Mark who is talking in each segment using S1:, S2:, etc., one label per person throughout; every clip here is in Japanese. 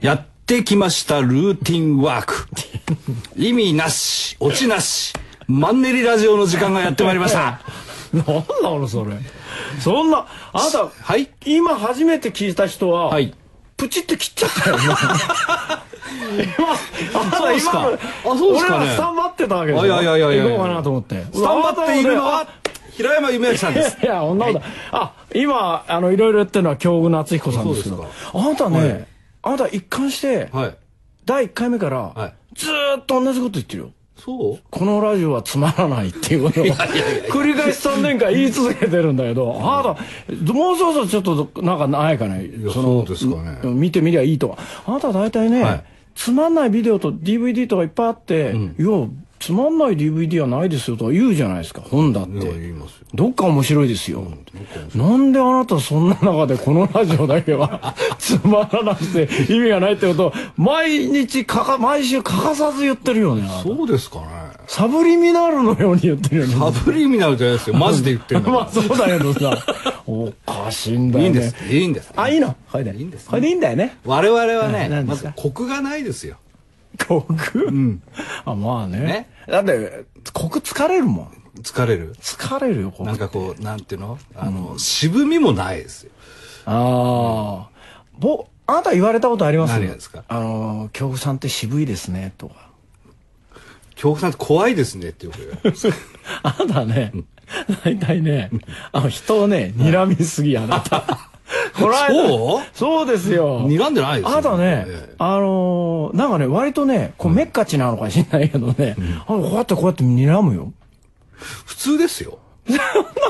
S1: やってきましたルーティンワー ク。意味なし、オチなし、マンネリラジオの時間がやってまいりました。
S2: なんだろうそれそんなあなた、
S1: はい
S2: 今初めて聞いた人は、
S1: はい
S2: プチって切っちゃっ たよ今今あなた
S1: そうっすか
S2: 今の
S1: あそうっすかね
S2: 俺らスタンバってたわけでしょ
S1: あいやいやいやいや
S2: 行こうかなと思って
S1: スタンバっているのは、平山夢明さんです。
S2: いやそんなこと、あ今あのいろいろ言ってるのは京具の敦彦さんですけ
S1: そう
S2: ど
S1: です
S2: あなたね、
S1: はい
S2: あなた一貫して、
S1: はい。
S2: 第1回目から、
S1: はい
S2: ずーっと同じこと言ってるよ
S1: そう
S2: このラジオはつまらないっていうことを繰り返し3年間言い続けてるんだけどあなたもうそろそろちょっとなんかないかね
S1: いや
S2: の
S1: そうですかね
S2: うん見てみりゃいいとかあなた大体ね、
S1: はい
S2: つまんないビデオと DVD とかいっぱいあって、いやつまんない DVD はないですよとか言うじゃないですか本だって
S1: 言いますよ。
S2: どっか面白いですよ、なんであなたそんな中でこのラジオだけは つまらなくて意味がないってことを毎日かか毎週欠かさず言ってるよねあなた
S1: そうですかね。
S2: サブリミナルのように言ってるよね
S1: サブリミナルじゃないですよ。マジで言ってんだ
S2: ま
S1: か
S2: あそうだけどさ おかしいんだ
S1: ら。いい
S2: よ
S1: ん
S2: ね
S1: です。いいんです。
S2: あいいのこれで
S1: いいんですね
S2: これでいいんだよね
S1: 我々はね、
S2: え何
S1: ま
S2: です
S1: ず
S2: か
S1: コクがないですよ。
S2: コク、あまあね
S1: ね
S2: だってコク疲れるもん
S1: 疲れる。
S2: 疲れるよコク
S1: なん
S2: あ
S1: かこう、なんていうのあの、渋みもないですよ。
S2: あーぼあなた言われたことあります
S1: 何がですか
S2: あの京子さんって渋いですねと か
S1: 恐怖さんって怖いですねってよく言われ ます。
S2: あなたね、大体ね、あの人をね、睨みすぎ、あなた。 この間
S1: そう
S2: そうですよ。
S1: 睨んでないですよ
S2: あなたね
S1: ええ、
S2: あのー、なんかね、割とね、こうメッカチなのか知んないけどね、あのこうやってこうやって睨むよ。
S1: 普通ですよ。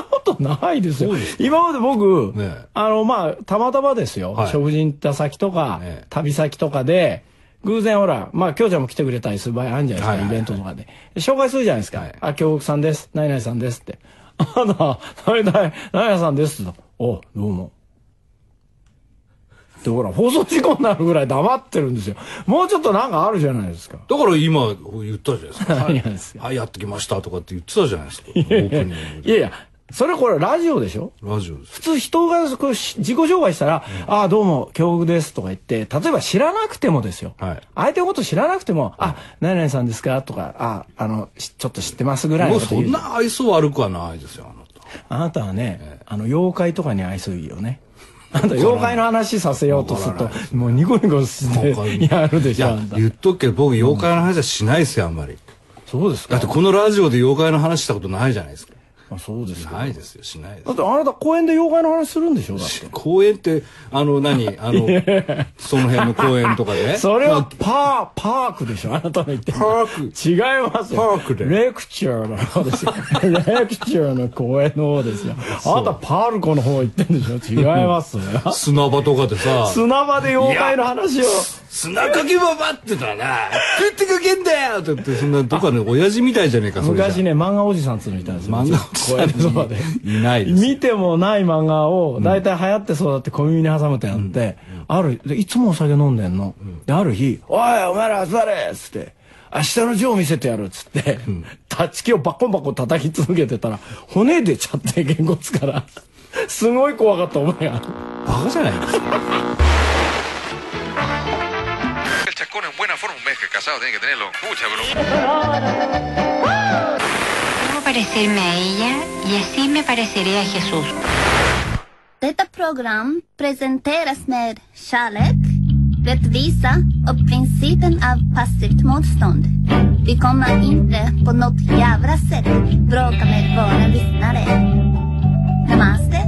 S2: ことないですよ
S1: そうです。
S2: 今まで僕
S1: ねえ、
S2: あの、まあ、たまたまですよ
S1: はい。
S2: 食事に行った先とか
S1: ええ、
S2: 旅先とかで、偶然ほら、まあ、京ちゃんも来てくれたりする場合あるんじゃない
S1: はいはいはい
S2: ですか、イベントとかで。紹介するじゃないです
S1: は
S2: か
S1: い。
S2: あ、京極さんです。何々さんですって。あの、大体、何々さんですと。お、どうも。で、ほら、放送事故になるぐらい黙ってるんですよ。もうちょっとなんかあるじゃないですか。
S1: だから今言ったじゃないですか。はい
S2: 何がですよ
S1: はい、やってきましたとかって言ってたじゃないですか。オープニング
S2: いやいや、それこれラジオでしょ
S1: ラジオです。
S2: 普通人がこうし自己紹介したら「ああどうも京極です」とか言って例えば知らなくてもですよ、
S1: はい
S2: 相手のこと知らなくても「あ何々さんですか?」とか「ああのしちょっと知ってます」ぐらい
S1: も
S2: の
S1: う
S2: こと
S1: そ
S2: 言うん
S1: な愛想悪くはないですよ、あなた。
S2: あなたはね、あの妖怪とかに愛想いいよ ねあなた妖怪の話させようとするともうニコニコして
S1: わかん
S2: やるでしょあ
S1: い
S2: んた
S1: や、言っとくけど僕妖怪の話はしないですよ、あんまり。
S2: そうです
S1: だ
S2: か
S1: ってこのラジオで妖怪の話したことないじゃないですか。
S2: あそうですか
S1: ないですよ、しないです
S2: だっ。てあなた公園で妖怪の話するんでしょだって
S1: 公園って、あの、何あの、 その辺の公園とかで。
S2: それ
S1: ま
S2: は
S1: あ
S2: パー、パークでしょあなたの言ってる
S1: パーク
S2: 違いますよ。
S1: パークで
S2: レクチャーの方ですよ。レクチャーの公園の方ですよ。あなたパールコの方行ってんでしょ違 いますよ。
S1: 砂場とかでさ、
S2: 砂場で妖怪の話を。
S1: 砂かけばばってたら、食ってかけんだよって言って、そんな、どっかの親父みたいじゃねえか、それじゃ。
S2: 昔ね、漫画おじさんっていうのいたんですよ。
S1: 漫画おじさん
S2: 公園のそばで。
S1: いないです。
S2: 見てもない漫画を大体流行ってそうだって小耳に挟むってなって、あるでいつもお酒飲んでんの、である日「おいお前ら集まれ!」っつって「明日の字を見せてやる」っつって、立ち木をバコンバコン叩き続けてたら骨出ちゃってげんこつからすごい怖かった覚えがある
S1: バカじゃないですか。
S3: El chascón en buena forma, un mes que casado tiene que tenerlo. Pucha, bro.
S4: Debo parecerme a ella y así me pareceré a Jesús.
S5: Detta program presenteras med kärlek, rättvisa och principen av passivt motstånd. Vi kommer inte på något jävla sätt bråka med våra lyssnare. Namaste,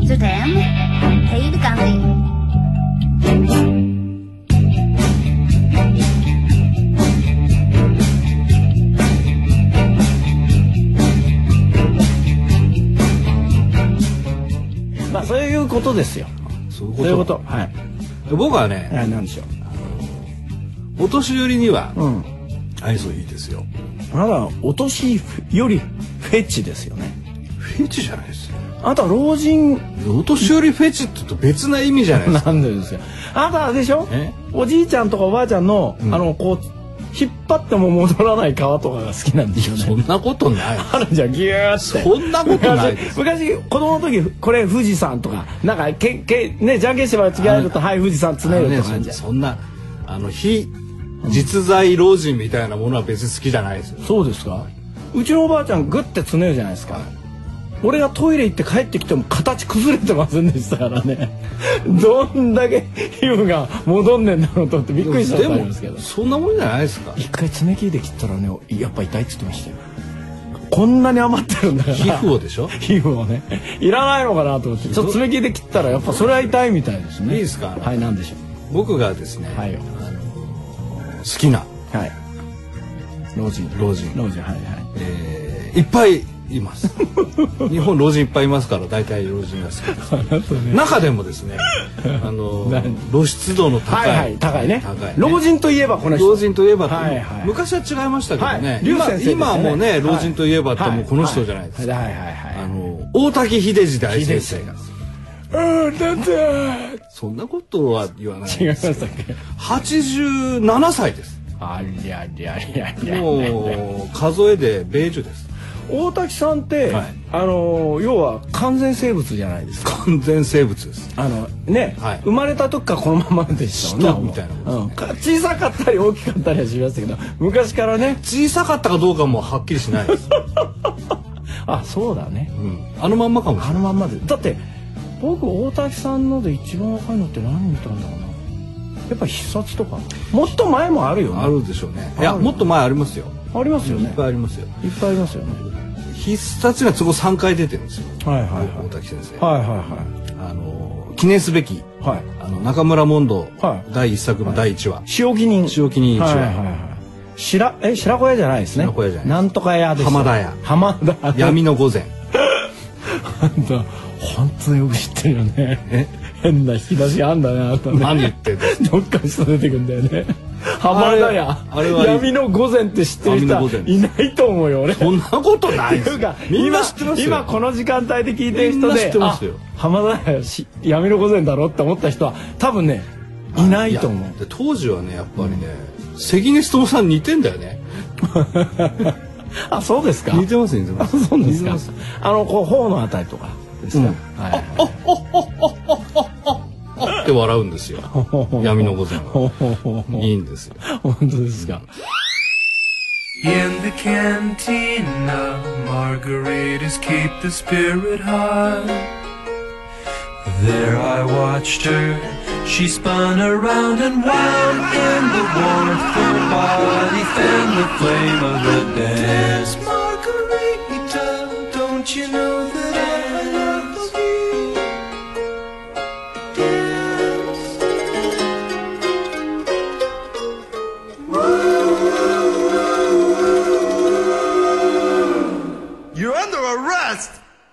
S5: Jodem, Hej Gandhi.
S2: まあそういうことですよ
S1: そう
S2: そうい
S1: いううこ
S2: こ
S1: とと。
S2: はい
S1: 僕はね、
S2: はいなんでしょ
S1: お年寄りには
S2: ううん
S1: 愛想いいですよ。
S2: あなたはお年よりフェチですよね
S1: フェチじゃないですよ。
S2: あなたは老人
S1: お年寄りフェチって言うと別な意味じゃないですか。
S2: なんでですよ。あなたあれでしょ
S1: え
S2: おじいちゃんとかおばあちゃんの、あの、こう、引っ張っても戻らない皮とかが好きなんですよ
S1: そ
S2: ね。
S1: んなことない。
S2: あるじゃん、ギューって。
S1: そんなことないです。
S2: 昔昔子供の時これ富士山とかなんかけけねじゃんけんしてばら付き合えるとはい富士山つねるとかあるじゃん
S1: そんなあの非実在老人みたいなものは別に好きじゃないですよ
S2: そうですかうちのおばあちゃんグッてつねるじゃないですか俺がトイレ行って帰ってきても形崩れてませんでしたからねどんだけ皮膚が戻んねんだろうと思ってびっくりしたことありますけど
S1: もそんなもんじゃないですか
S2: 一回爪切りで切ったらねやっぱ痛いっつってましたよこんなに余ってるんだから
S1: 皮膚をでしょ
S2: 皮膚をねいらないのかなと思ってちょっと爪切りで切ったらやっぱそれは痛いみたいですね
S1: いいですか
S2: はいなんでしょ
S1: 僕がですね、
S2: うはいよ
S1: 好きな、
S2: はい老人
S1: 老人
S2: 老人はいはい
S1: えーいっぱいいます 日本老人いっぱいいますから大体老人が好きです中でもですねあの
S2: 何
S1: 露出度の高、
S2: はいいはい高いね
S1: 高いね
S2: 老人といえばこの人
S1: 老人といえば、
S2: はいはい
S1: 昔は違いましたけどね、
S2: はい
S1: 今
S2: 先生
S1: 今はもうね
S2: ですよ
S1: 老人といえばって
S2: はい
S1: もうこの人じゃないですか、
S2: はいはいはい
S1: あの大滝秀治大先生が
S2: はいうんなんだ
S1: そんなことは言わない
S2: 違いましたっけ
S1: 87歳です
S2: ありゃりゃりゃりゃ
S1: もう数えで米寿です
S2: 大滝さんって、
S1: はい
S2: あの要は完全生物じゃないですか
S1: 完全生物です
S2: あのね、
S1: はい
S2: 生まれた時からこのままでしたもんね
S1: 人みたいなも
S2: うんか小さかったり大きかったりはしましたけど昔からね
S1: 小さかったかどうかもはっきりしないです、
S2: あそうだね
S1: うんあのまんまかもしれ
S2: あ
S1: ない
S2: のまんまでだって僕大滝さんので一番若いのって何見たんだろうなやっぱ必殺とかもっと前もあるよね
S1: あるでしょうねいや
S2: ある
S1: もっと前ありますよ
S2: ありますよ
S1: い
S2: ね
S1: っぱいありますよ
S2: いっぱいありますよね
S1: 必殺が都合3回出てるんですよ
S2: はいはいはい
S1: 大滝先生、
S2: はいはい
S1: あの記念すべき
S2: はい
S1: あ
S2: はい
S1: の中村問答、
S2: はい
S1: 第1作の第1話、
S2: 塩記人
S1: 塩記人一話、
S2: はいはいはい白え白子屋じゃないですね
S1: 白子屋じゃない
S2: んとか屋ですよ
S1: 浜田屋
S2: 浜田
S1: 闇の午前
S2: あんた 本当によく知ってるよね
S1: え
S2: 変な引き出しあんだねあんたね
S1: 何言ってんの
S2: どっかの人出てくんだよね浜田屋
S1: あれはいい
S2: 闇の午前って知ってる
S1: 闇
S2: 人
S1: の午
S2: は
S1: 前です
S2: いないと思うよ 俺
S1: そんなことないです
S2: っていうか
S1: みんな知ってますよ
S2: 今今この時間帯で聞いてる人
S1: みんな知
S2: で
S1: ってますよ
S2: あ浜田屋し闇の午前だろって思った人は多分ねいないと思う
S1: やで当時はねやっぱりね、関根勤さん似てんだよね
S2: あそうですか
S1: 似てます似てま
S2: あ
S1: す
S2: そうで
S1: 似
S2: す
S1: て
S2: か
S1: ます
S2: あのこう頬のあたりとかですか、
S1: うん
S2: はい
S1: あって笑うん ですよ闇の午前
S2: ほう
S1: は
S2: ほうほうほう
S1: いいんですよ
S2: 本当ですか
S6: In the cantina, margaritas keep the spirit high. There I watched her, she spun around and wound in the warmth her body fanned the flame of the dance. Margarita, don't you know that I love you? Dance.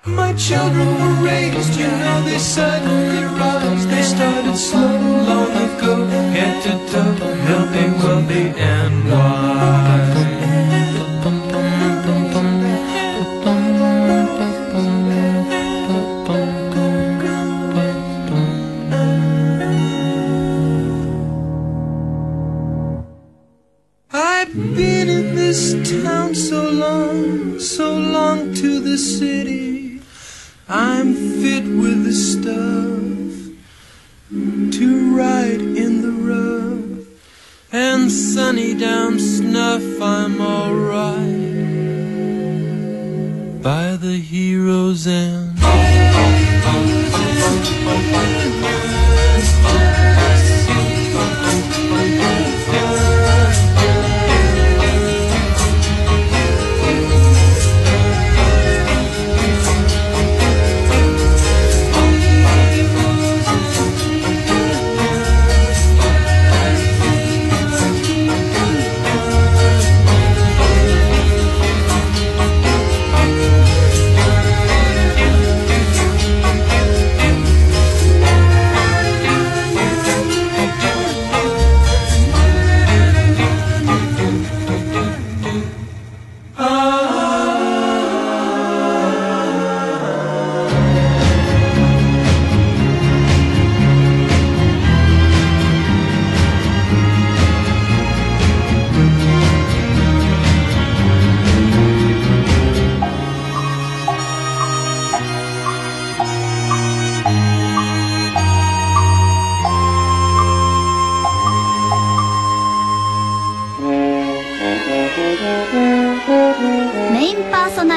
S6: My children were raised, you know they suddenly rose. They started slow, long ago, head to toe, helping wealthy and wise. I've been in this town so long, so long to the city. I'm fit with the stuff to ride in the rough. And sunny down snuff, I'm alright. By the heroes and.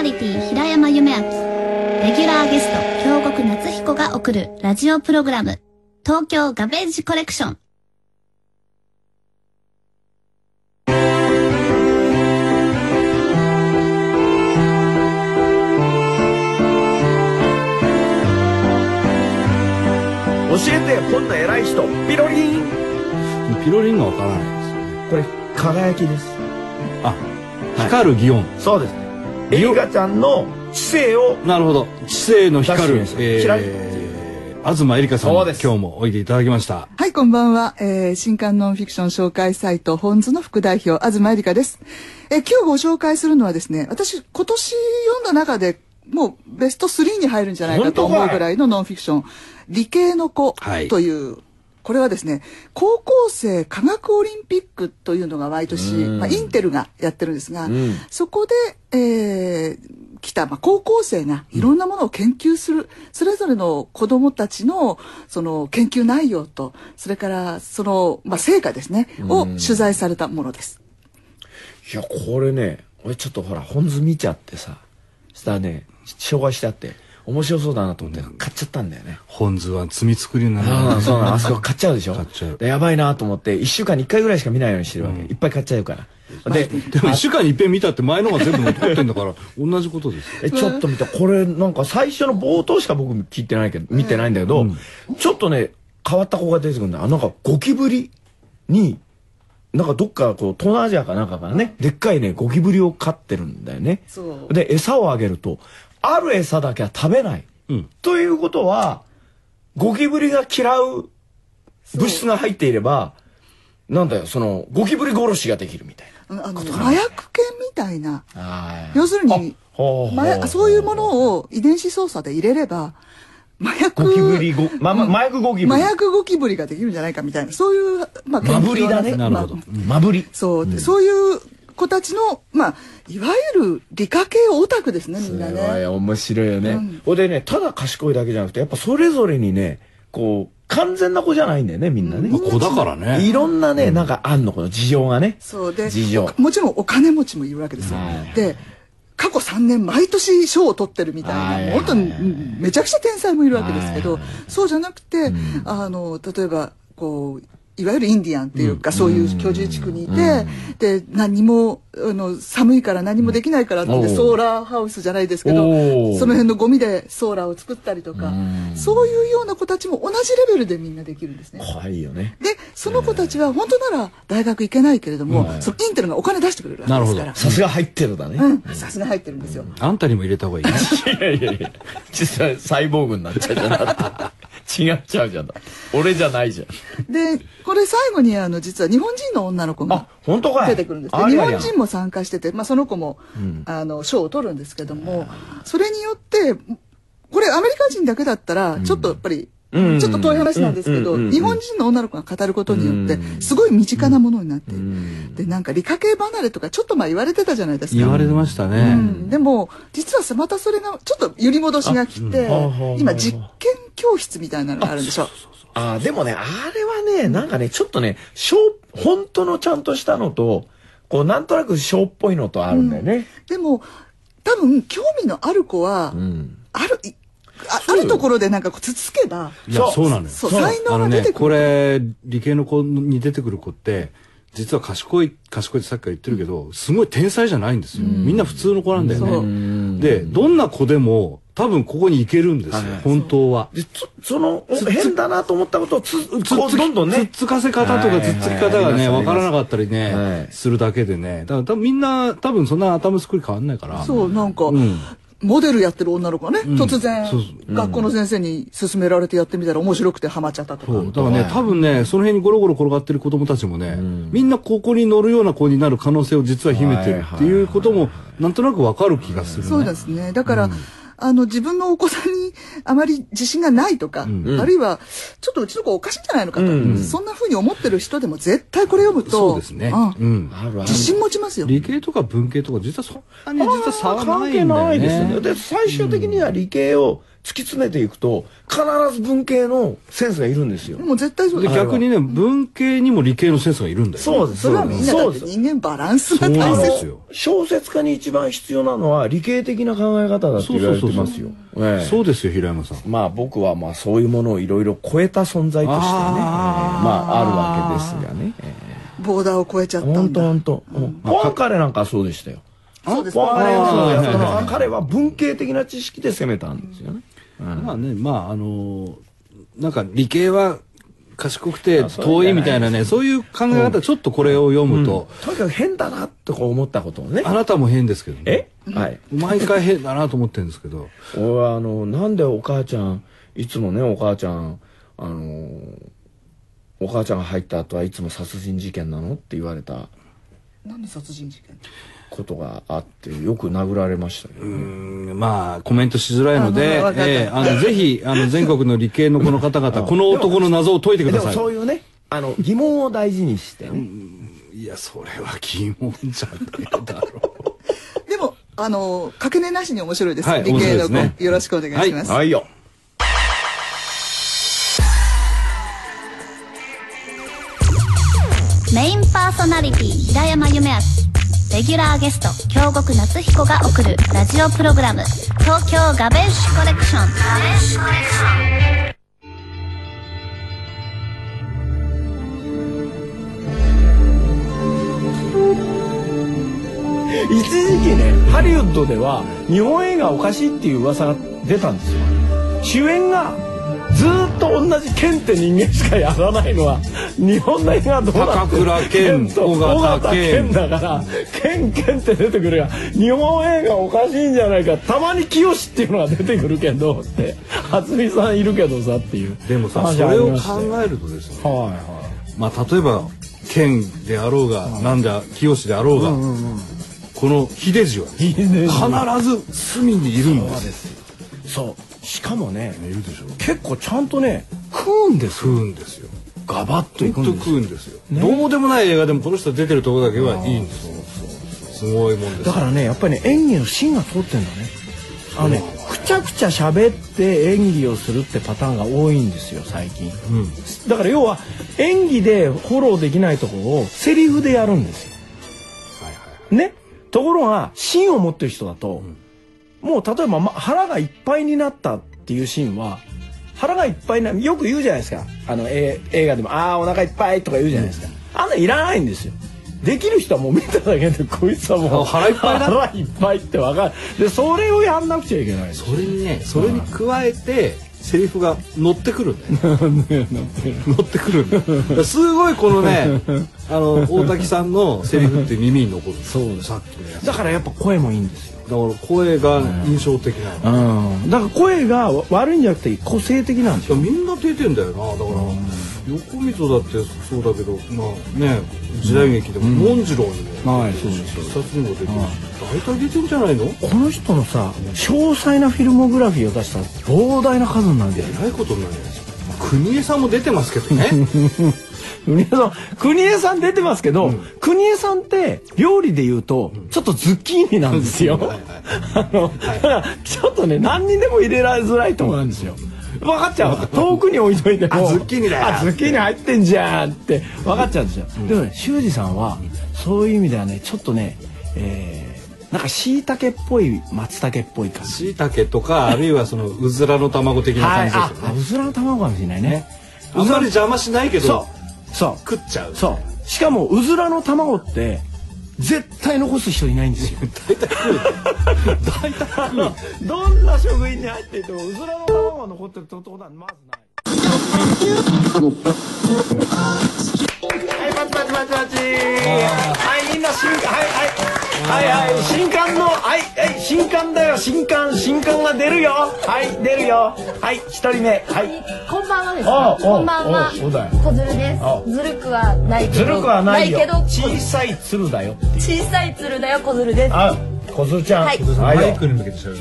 S5: リティ平山夢明。レギュラーゲスト、京極夏彦が送るラジオプログラム、東京ガベージコレクション。
S2: えて、こんな偉い人、ピロリン。
S1: ピロリンがわからないですよね。
S2: これ、輝きです。
S1: 光る擬音。
S2: そうです。エリカちゃんの知性を。
S1: なるほど。知性の光る
S2: 出して、み
S1: え
S2: ましょう
S1: ー、東えりかさんに
S2: そう
S1: 今
S2: です
S1: 日もおいでいただきました。
S7: はい、こんばんは。えー新刊ノンフィクション紹介サイト、本図の副代表、東えりかです。えー今日ご紹介するのはですね、私、今年読んだ中で、もうベスト3に入るんじゃないかと思うぐらいのノンフィクション、理系の子
S1: はい
S7: という、これはですね、高校生科学オリンピックというのが毎年、まあ、インテルがやってるんですが、そこで、えー来た、まあ、高校生がいろんなものを研究する、それぞれの子どもたちのその研究内容とそれからその、まあ、成果ですね、を取材されたものです。
S2: いや、これね、俺ちょっとほら、本図見ちゃってさ、したらね、紹介してあって、面白そうだなと思って、買っちゃったんだよね。
S1: 本図は積み作りな
S2: あ
S1: の
S2: あ、そうなの。あそこ買っちゃうでしょ。
S1: 買っちゃう
S2: でやばいなと思って、1週間に1回ぐらいしか見ないようにしてるわけ。いっぱい買っちゃうから。で、
S1: でも一週間に一遍見たって前のが全部残ってんだから、同じことですよ。
S2: えちょっと見た。これ、なんか最初の冒頭しか僕聞いてないけど、見てないんだけど、ちょっとね、変わった子が出てくるんだ。あなんかゴキブリに、なんかどっかこう、東南アジアかなんかからね、でっかいね、ゴキブリを飼ってるんだよね。
S7: そう
S2: で、餌をあげると、ある餌だけは食べない。
S1: うん
S2: ということは、ゴキブリが嫌う物質が入っていれば、なんだよ、その、ゴキブリ殺しができるみたいな。
S7: うんあの麻薬犬みたいな要する
S2: あ
S7: に
S2: ほうほう
S7: 麻薬そういうものを遺伝子操作で入れれば麻薬
S2: ゴキブリご、ま、ま、麻薬ゴキブリ。
S7: 麻薬ゴキブリができるんじゃないかみたいなそういう、まあ、
S2: まぶりだね。
S7: 研究
S1: な
S7: の
S1: るほ
S7: 中
S1: ど
S7: まあ。
S2: まぶり。
S7: そう、そういう子たちの、まあ、いわゆる理科系オタクですね、みんなね。
S2: 面白いよね。ほ、んでね、ただ賢いだけじゃなくて、やっぱそれぞれにね、こう、完全な子じゃないんだよね、みんなね。
S1: 子だから
S2: い
S1: ね。
S2: ろんなね、なんかあんの、この事情がね。
S7: そうで
S2: 事情。
S7: もちろんお金持ちもいるわけですよ。で、過去3年毎年賞を取ってるみたいな、本当にうんめちゃくちゃ天才もいるわけですけど、そうじゃなくて、あの、例えば、こう、いわゆるインディアンっていうか、そういう居住地区にいて、で、何も、あの、寒いから何もできないからって、
S2: おう
S7: ソーラーハウスじゃないですけど、
S2: おう
S7: その辺のゴミでソーラーを作ったりとか、そういうような子たちも同じレベルでみんなできるんですね。
S2: 怖いよね。
S7: でその子たちは本当なら大学行けないけれども、そのインテルがお金出してくれるわけですか
S1: なる
S7: ら
S2: さすが入ってるだね。
S7: うんさすが入ってるんですよ、
S1: あんたにも入れた方がいいね。
S2: いやいやいや、実際サイボーグになっちゃうじゃなくて。違っちゃうじゃん。俺じゃないじゃん。
S7: でこれ最後にあの実は日本人の女の子
S2: あ
S7: が、
S2: 本当かい。
S7: 出てくるんですね
S2: あ
S7: 日
S2: りゃりゃ
S7: 本人も参加してて、まあ、その子も、あの賞を取るんですけどもそれによってこれアメリカ人だけだったらちょっとやっぱ
S2: う
S7: り、
S2: ん
S7: ちょっと遠い話なんですけど、
S2: うんうん
S7: 日本人の女の子が語ることによって、すごい身近なものになっている、でなんか理科系離れとかちょっとまあ言われてたじゃないですか
S1: 言われてました
S7: う
S1: ね。
S7: んでも実はさまたそれがちょっと揺り戻しが来て、
S2: あうんはあはあはあ
S7: 今実験教室みたいなのがあるんでしょ
S2: ああ、でもね、あれはね、なんかね、ちょっとね、ショー、本当のちゃんとしたのと、こう、なんとなくショーっぽいのとあるんだよね。
S7: でも多分興味のある子は、
S2: うん。
S7: あるいああ
S2: うよ
S7: るところでなんかこうつつけば
S1: いや、
S2: そう
S1: そうなのよ。
S7: そう
S2: そう
S7: 才
S1: あ
S7: 能
S1: の
S7: が出
S1: ね
S7: て、
S1: こ
S7: くる、
S1: れ、理系の子に出てくる子って、実は賢い、賢いってさっきから言ってるけど、すごい天才じゃないんですよ。みんな普通の子なんだよね。で、どんな子でも、多分ここに行けるんですよ、本当は。
S2: で、つその、お変だなと思ったことをつ、こう、どんどん
S1: つっ
S2: ね。
S1: つかせ方とか
S2: はい
S1: つっつき方がね、
S2: はいあります
S1: わからなかったり
S2: は
S1: ね
S2: い、
S1: するだけでね。だから多分みんな、多分そんな頭作り変わんないから。
S7: そうなんか、
S1: ん
S7: モデルやってる女の子がね、突然
S1: そうそう
S7: 学校の先生に勧められてやってみたら面白くてハマっちゃったとか、
S1: そうだからね、多分ね、その辺にゴロゴロ転がってる子供たちもね、みんなここに乗るような子になる可能性を実は秘めてるっていうことも、なんとなくわかる気がするね。
S7: そうですね。だから、あの、自分のお子さんにあまり自信がないとか、あるいは、ちょっとうちの子おかしいんじゃないのかと、そんな風に思ってる人でも絶対これ読むと、
S1: そうですね。
S7: う
S1: う
S7: ん
S1: ん。
S2: あるある
S7: 自。信持ちますよ。
S1: 理系とか文系とか実はそんなに実は差がないんだよね。
S2: 関係ないですよね。で、最終的には理系を
S8: 突き詰めていくと必ず文系のセンスがいるんですよ
S7: で。も絶対そう
S1: で
S7: ですよ
S1: 逆にね文系にも理系のセンスがいるんだよ、ね、
S8: そうです
S7: それはみんなだ
S8: そ
S7: っ
S8: う
S7: て
S8: です
S7: 人間バランスが
S1: そう
S7: 大
S1: なんで
S7: 切
S1: すよ
S8: 小説家に一番必要なのは理系的な考え方だって言われてますよ。ええ
S1: そうですよ平山さん
S8: まあ僕はまあそういうものをいろいろ超えた存在としてね、えー
S1: あー
S8: まああるわけですがね。え
S7: ボーダーを超えちゃ
S8: ー
S7: った
S8: 本
S7: ん
S8: 当
S7: だ
S8: 本当。もうポアンカレなんかはそうでしたよ。
S7: そうです
S8: ポアンカレはそう
S1: あー
S8: やったの
S1: はいはいはい
S8: 彼は文系的な知識で攻めたんですよね。
S1: まあねまああのーなんか理系は賢くて
S8: あそう
S1: 遠
S8: じ
S1: い
S8: ゃない
S1: みたいなねそういう考え方ちょっとこれを読むと、
S8: とにかく変だなとか思ったことをね。
S1: あなたも変ですけどね
S8: えはい。
S1: 毎回変だなと思ってるんですけど
S8: 俺はあのなんでお母ちゃんいつもねお母ちゃんあのお母ちゃんが入った後はいつも殺人事件なのって言われた
S7: 何の殺人事件
S8: ことがあってよく殴られましたけど
S1: う
S8: ね
S1: ーんまあコメントしづらいので
S7: あまあまあわかった
S1: ええあのぜひあの全国の理系のこの方々この男の謎を解いてく
S8: で
S1: だ
S8: も
S1: さい
S8: そういうねあの疑問を大事にしてね、
S1: いやそれは疑問じゃないだろう
S7: でもあのかけねなしに面白いです、
S1: はい
S7: 理系の子、
S1: 面白いですね
S7: よろしくお願いします、
S8: はいよ
S5: メインパーソナリティ平山夢明レギュラーゲスト京極夏彦が送るラジオプログラム「東京ガベージコレクション」
S2: 一時期ねハリウッドでは日本映画おかしいっていう噂が出たんですよ主演がずーっと同じ剣って人間しかやらないのは 日本の映画はどうなって
S1: 高
S2: る
S1: 倉健
S2: と
S1: 尾形
S2: 尾形
S1: 健
S2: 健だから剣剣って出てくるや日本映画おかしいんじゃないかたまに清っていうのが出てくるけどって渥美さんいるけどさっていう
S1: でもさ
S2: 話
S1: そ
S2: があ
S1: れ
S2: り
S1: を
S2: まして
S1: 考えるとですね
S2: はいはい
S1: まあ、例えば剣であろうが、なんだ清であろうが、この秀次は必
S2: 次
S1: ず隅にいるんで
S2: そう
S1: す
S2: ですそうしかもね
S1: いるでしょ
S2: 結構ちゃんとね
S1: 食うんです食うんですよ
S2: ガバッとい
S1: ほ
S2: く
S1: ん
S2: ん
S1: と
S2: ですよ
S1: 食うんですよ、どうでもない映画でもこの人出てるところだけはいいんですよすごいもんです
S2: だからねやっぱりね演技の芯が通ってんだねあのねくちゃくちゃ喋って演技をするってパターンが多いんですよ最近
S1: うん
S2: だから要は演技でフォローできないところをセリフでやるんですよ
S1: はいは
S2: ねところが芯を持ってる人だと、もう例えば、ま、腹がいっぱいになったっていうシーンは腹がいっぱいなよく言うじゃないですかあの、えー映画でも「ああお腹いっぱい」とか言うじゃないですか、あんないらないんですよできる人はもう見ただけでこいつはもう
S1: あ腹いっぱいだ
S2: 腹いっぱいってわかるでそれをやんなくちゃいけないんで
S1: い
S2: す
S1: それにねそれに加えてセリフが乗ってくるんだよ ね乗ってくるんだよだから すごいこのねあの大滝さんのセリフって耳に残るそうさっきのやつ
S2: だからやっぱ声もいいんですよ
S1: だから声が印象的なの、
S2: うんだから声が悪いんじゃなくて個性的なんですよ
S1: いやみんな出てんだよなだから、横溝だってそうだけどまあね時代劇でもモン次郎にも
S2: はいそうです
S1: 必殺にも出てるし、大体出てんじゃないのえ
S2: この人のさ詳細なフィルモグラフィーを出したら膨大な数になるんだよ
S1: らいことになるじゃないですか国枝さんも出てますけどね
S2: 国枝さん国枝さん出てますけど、国枝さんって料理で言うとちょっとズッキーニなんですよ。あのだから ちょっとね何にでも入れられづらいとこなんですよ。分かっちゃう遠くに置いといても
S1: あズッキーニだよ
S2: あズッキーニ入ってんじゃんって分かっちゃうんですよ、でもね修二さんはそういう意味ではねちょっとね、えー、なんかしいたけっぽい松茸っぽい感じ
S1: しいたけとかあるいはそのうずらの卵的な
S2: は
S1: 感
S2: い
S1: じ
S2: あ
S1: ですよ
S2: あ
S1: ね、
S2: うずらの卵かもしれないね
S1: あんまり邪魔しないけど
S2: そうそう
S1: 食っちゃう
S2: そうしかもうずらの卵って絶対残す人いないんですよ大体食う大体食う どんな食品に入っていてもうずらの卵が残ってるってことはまずないはい、パチパチパチパチ。はい、みんな新刊、はい、はい、はい、はい、新刊の、はい、はい、新刊だよ、新刊、新刊が出るよ。はい、出るよ。はい、一人目、はい。
S9: こんばんはです
S2: ああ
S9: か。こんばんは
S2: ああ。そうだよ
S9: こずるで
S2: あ
S9: す。ずるくはないけど。
S2: ずるくはないよ
S9: けど。
S2: 小さい鶴だよ。
S9: 小さい鶴だよ、こずるです。は
S2: あ、小鶴ちゃん。
S9: はい
S2: はいよ
S1: に向けて喋る
S9: い。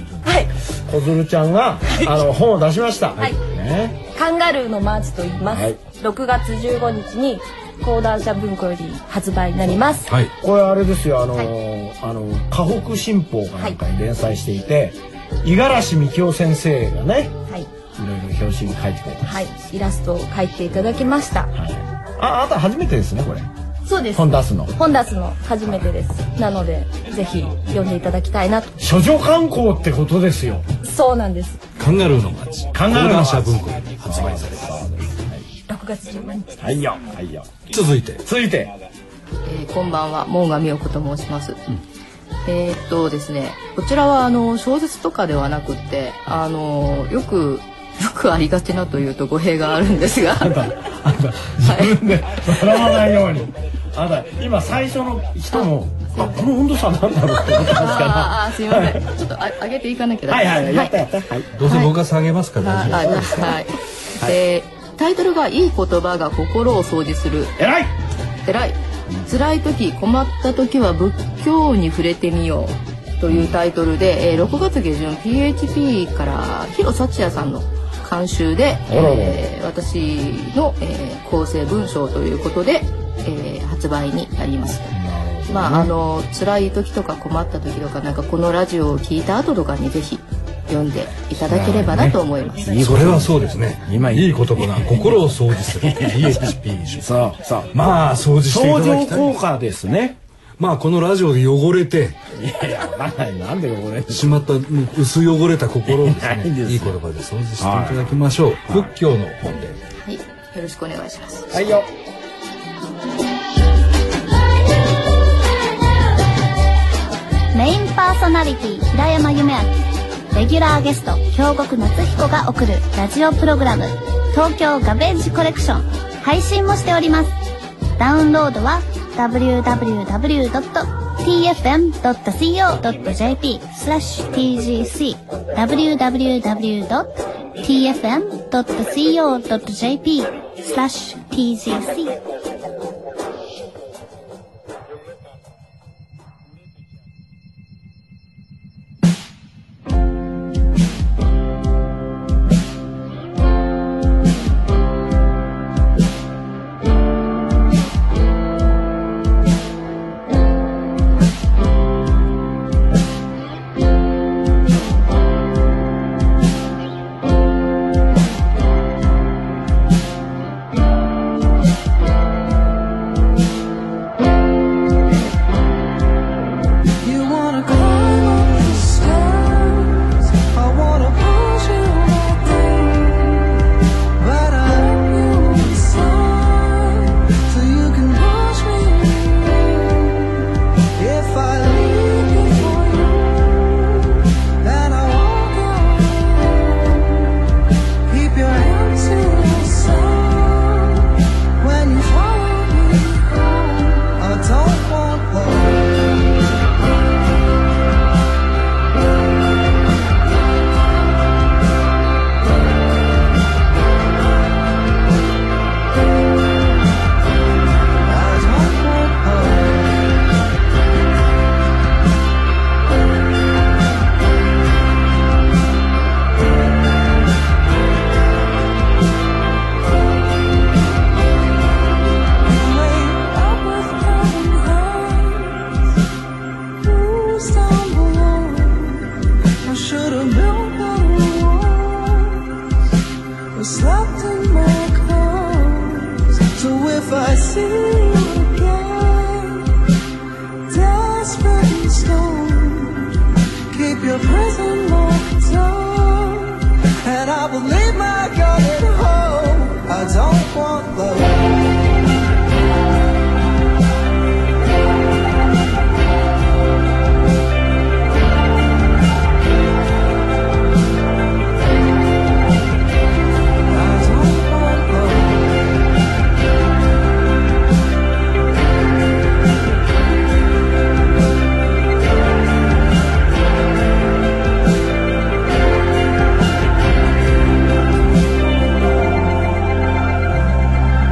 S2: 小鶴ちゃんが、あの、本を出しました。
S9: はい
S2: ね。
S9: カンガルーのマーチと言いま
S2: は
S9: す
S2: い。
S9: 6月15日に講談社文庫より発売になります。
S1: はい
S2: これあれですよ、あの
S9: は
S2: ー、あのー、河北新報かなんかに連載していて。五十嵐美京先生がね
S10: はい
S2: いろいろ表紙に書いてくれて
S10: はいイラストを描いていただきました
S2: ああと初めてですねこれ
S10: そうです
S2: 本出すの
S10: 本出すの初めてですなのでぜひ読んでいただきたいなと
S2: 処女観光ってことですよ
S10: そうなんです
S1: カンガルーの街
S2: カンガルーの
S1: 講談
S2: 街
S1: 社文庫より発売されます
S10: 6月15日
S2: はいよはいよ
S1: 続いて
S2: 続いて
S11: えーこんばんは、モーガミオコと申します。えーっとですね、こちらはあの小説とかではなくって、あのよくよくありがちなというと語弊があるんですが、はい、
S2: で笑わないようにあなた今最初の人もあこの温度差なんだろうって思ってますか
S11: あーあーすみません、ちょっとあ上げていかなきゃ
S2: ら
S11: ダ
S2: はい
S11: メです。
S2: はいやったやったはい
S1: どうせ僕が下げますから
S11: はい、
S1: 大丈夫
S11: はい、はいえータイトルがいい言葉が心を掃除する。
S2: 偉い
S11: 偉い辛い時困った時は仏教に触れてみようというタイトルで、えー6月下旬 PHP から広幸也さんの監修で、えー私の、えー構成文章ということで、えー発売になります。まああの辛い時とか困った時とかなんかこのラジオを聞いた後とかにぜひ読んでいただければなと思います。
S1: それはそうですね
S2: 今
S1: いい言葉な心を掃除する DHP
S2: そうそう
S1: まあ掃除してい
S2: 相
S1: ただ
S2: 乗
S1: きたい
S2: 効果ですね
S1: まあこのラジオで汚れて
S2: いやいやわかんないなんで汚れる
S1: しまった薄汚れた心をです
S2: な
S1: ね
S2: いですよ
S1: いい言葉で掃除していただきましょう、仏教の本で
S11: はい、よろしくお願いします。
S2: はいよ
S5: メインパーソナリティ平山夢明レギュラーゲスト京極夏彦が送るラジオプログラム「東京ガベージコレクション」配信もしておりますダウンロードは www.tfm.co.jp スラッシュ tgc www.tfm.co.jp スラッシュ tgc
S7: You wanna climb up the stairs. I wanna push you back in. But I love you inside, so you can push me in. If I leave before you, then I walk away. Keep your hands to yourself when you follow me home. I don't want love. Should've built better walls. I slept in my clothes. So if I see you again, desperate and stoned, keep your prison locked up, and I will leave my gun at home. I don't want love. I don't want love.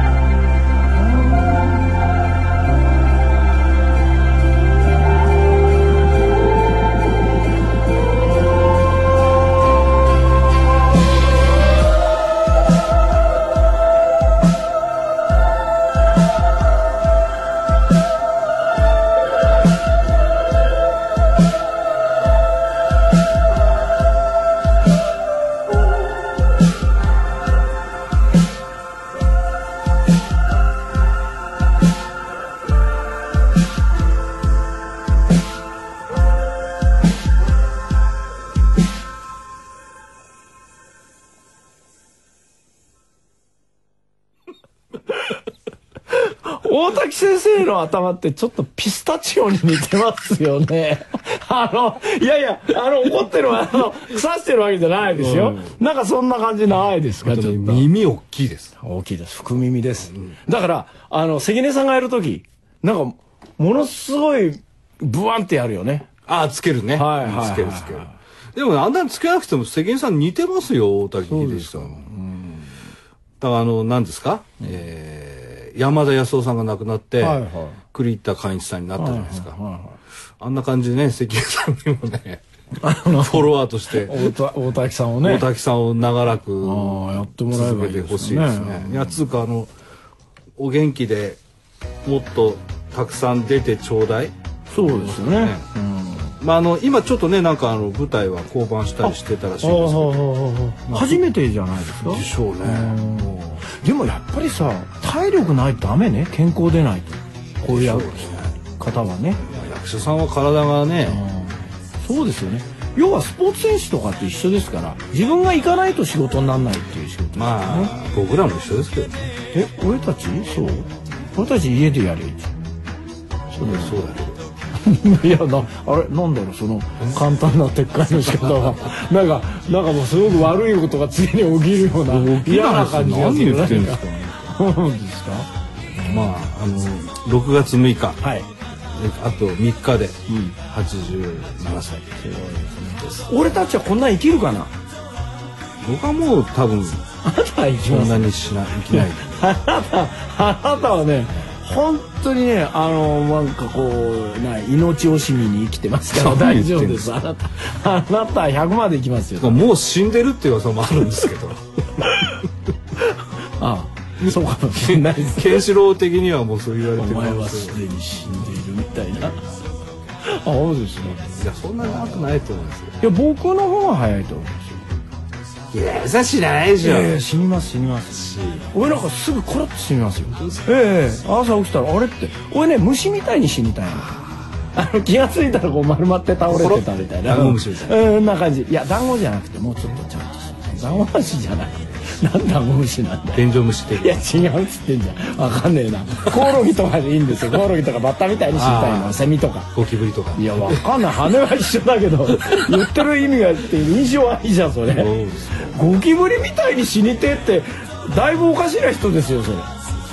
S7: I
S2: 大滝先生の頭ってちょっとピスタチオに似てますよね あのいやいやあの怒ってるわあの腐してるわけじゃないですよ、なんかそんな感じないですかちょっと
S1: 耳大きいです。
S2: 大きいです福耳です、だからあの関根さんがやる時なんかものすごいブワンってやる よね
S1: ああ、つけるね。
S2: はいはいはいはい
S1: つけるつける。でも、あんなにつけなくても、関根さん似てますよ、大滝秀治さんは。だから、あの、何ですか、えー山田康夫さんが亡くなって、
S2: はいはい
S1: 栗田寛一さんになったじゃないですか。あんな感じでね、関根さんにも ね、フォロワーとして、
S2: 大田大滝さんをね
S1: 大滝さんを長らく
S2: ああやってもらえば
S1: 続
S2: いい
S1: け
S2: です
S1: て
S2: よね
S1: ほしいですね。いや、つうか、あの、お元気でもっとたくさん出てちょうだい。
S2: そうですよね
S1: まあ、あの今ちょっとねなんかあの舞台は降板したりしてたらしいんですけど
S2: 初めてじゃないですか
S1: でしょうねも
S2: でもやっぱりさ体力ないとダメね健康でないとこういう方はね
S1: うまあ役者さんは体がね
S2: そうですよね要はスポーツ選手とかと一緒ですから自分が行かないと仕事にならないっていう仕事
S1: まあ僕らも一緒ですけどね
S2: え俺たちそう俺たち家でやれ
S1: そうだそうだけど
S2: いやなあれなんだろうその簡単な撤回の仕方 はなんかなんかもうすごく悪いことが次に起きるような嫌な感じがす
S1: 何
S2: る
S1: 言ってんですか
S2: そうですか
S1: まああの6月6日
S2: はい
S1: あと3日で87歳
S2: 俺たちはこんなん生きるかな
S1: 僕はもう多分
S2: あなたは生き
S1: そ
S2: ま
S1: ん
S2: す
S1: なにしない生きない
S2: あなたあなたはね本当にねあのなんかこうな命惜しみに生きてますから
S1: 何
S2: 大
S1: 言っ
S2: 丈夫
S1: てん
S2: で
S1: ですす
S2: あなたあなたは100までいきますよ
S1: とかもう死んでるっていう噂もあるんですけど
S2: ああそうかもしれ ないです
S1: ケンシロウ的にはもうそう言われ
S2: お
S1: て
S2: 前は
S1: ます
S2: すでに死んでいるみたいなあそうですね
S1: いやそんな長くないと思うんですよ
S2: いや僕の方が早いと思いますよ
S1: いやさ知らないでし
S2: い
S1: ょ
S2: やいや死にます死にます俺なんかすぐコロッと死にますよええ朝起きたらあれって俺ね虫みたいに死にたいのあの気が付いたらこう丸まって倒れてたみたいな
S1: コロッダンゴムシみたい
S2: なうんな感じいや団子じゃなくてもうちょっとちゃんとした団子虫じゃないなん団子虫なんだよ
S1: 天井虫的
S2: いや違うっつってんじゃんわかんねえなコオロギとかでいいんですよコオロギとかバッタみたいに死にたい
S1: あ
S2: の
S1: ー
S2: セミとか
S1: ゴキブリとか
S2: いやわかんない羽は一緒だけ ど言ってる意味がって印象はいいじゃんそれ
S1: そうです
S2: ゴキブリみたいに死にてえってだいぶおかしな人ですよそれ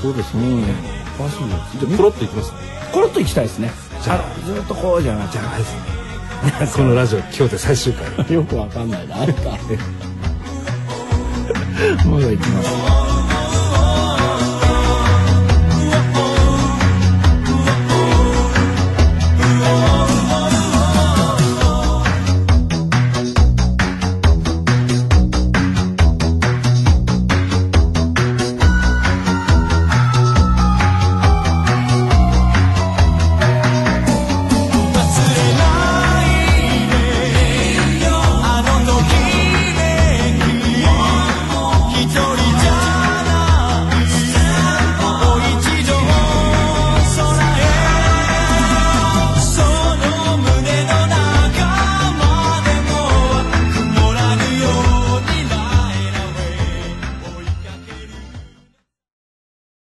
S1: そうですね。
S2: おかしいよ
S1: じゃあ、ポロッといきます。
S2: コロッと行きたいですねあのずっとこうじゃなく
S1: じゃあ、あれですね。 このラジオ、今日で最終回。
S2: てよくわかんないなあんたまだ行きます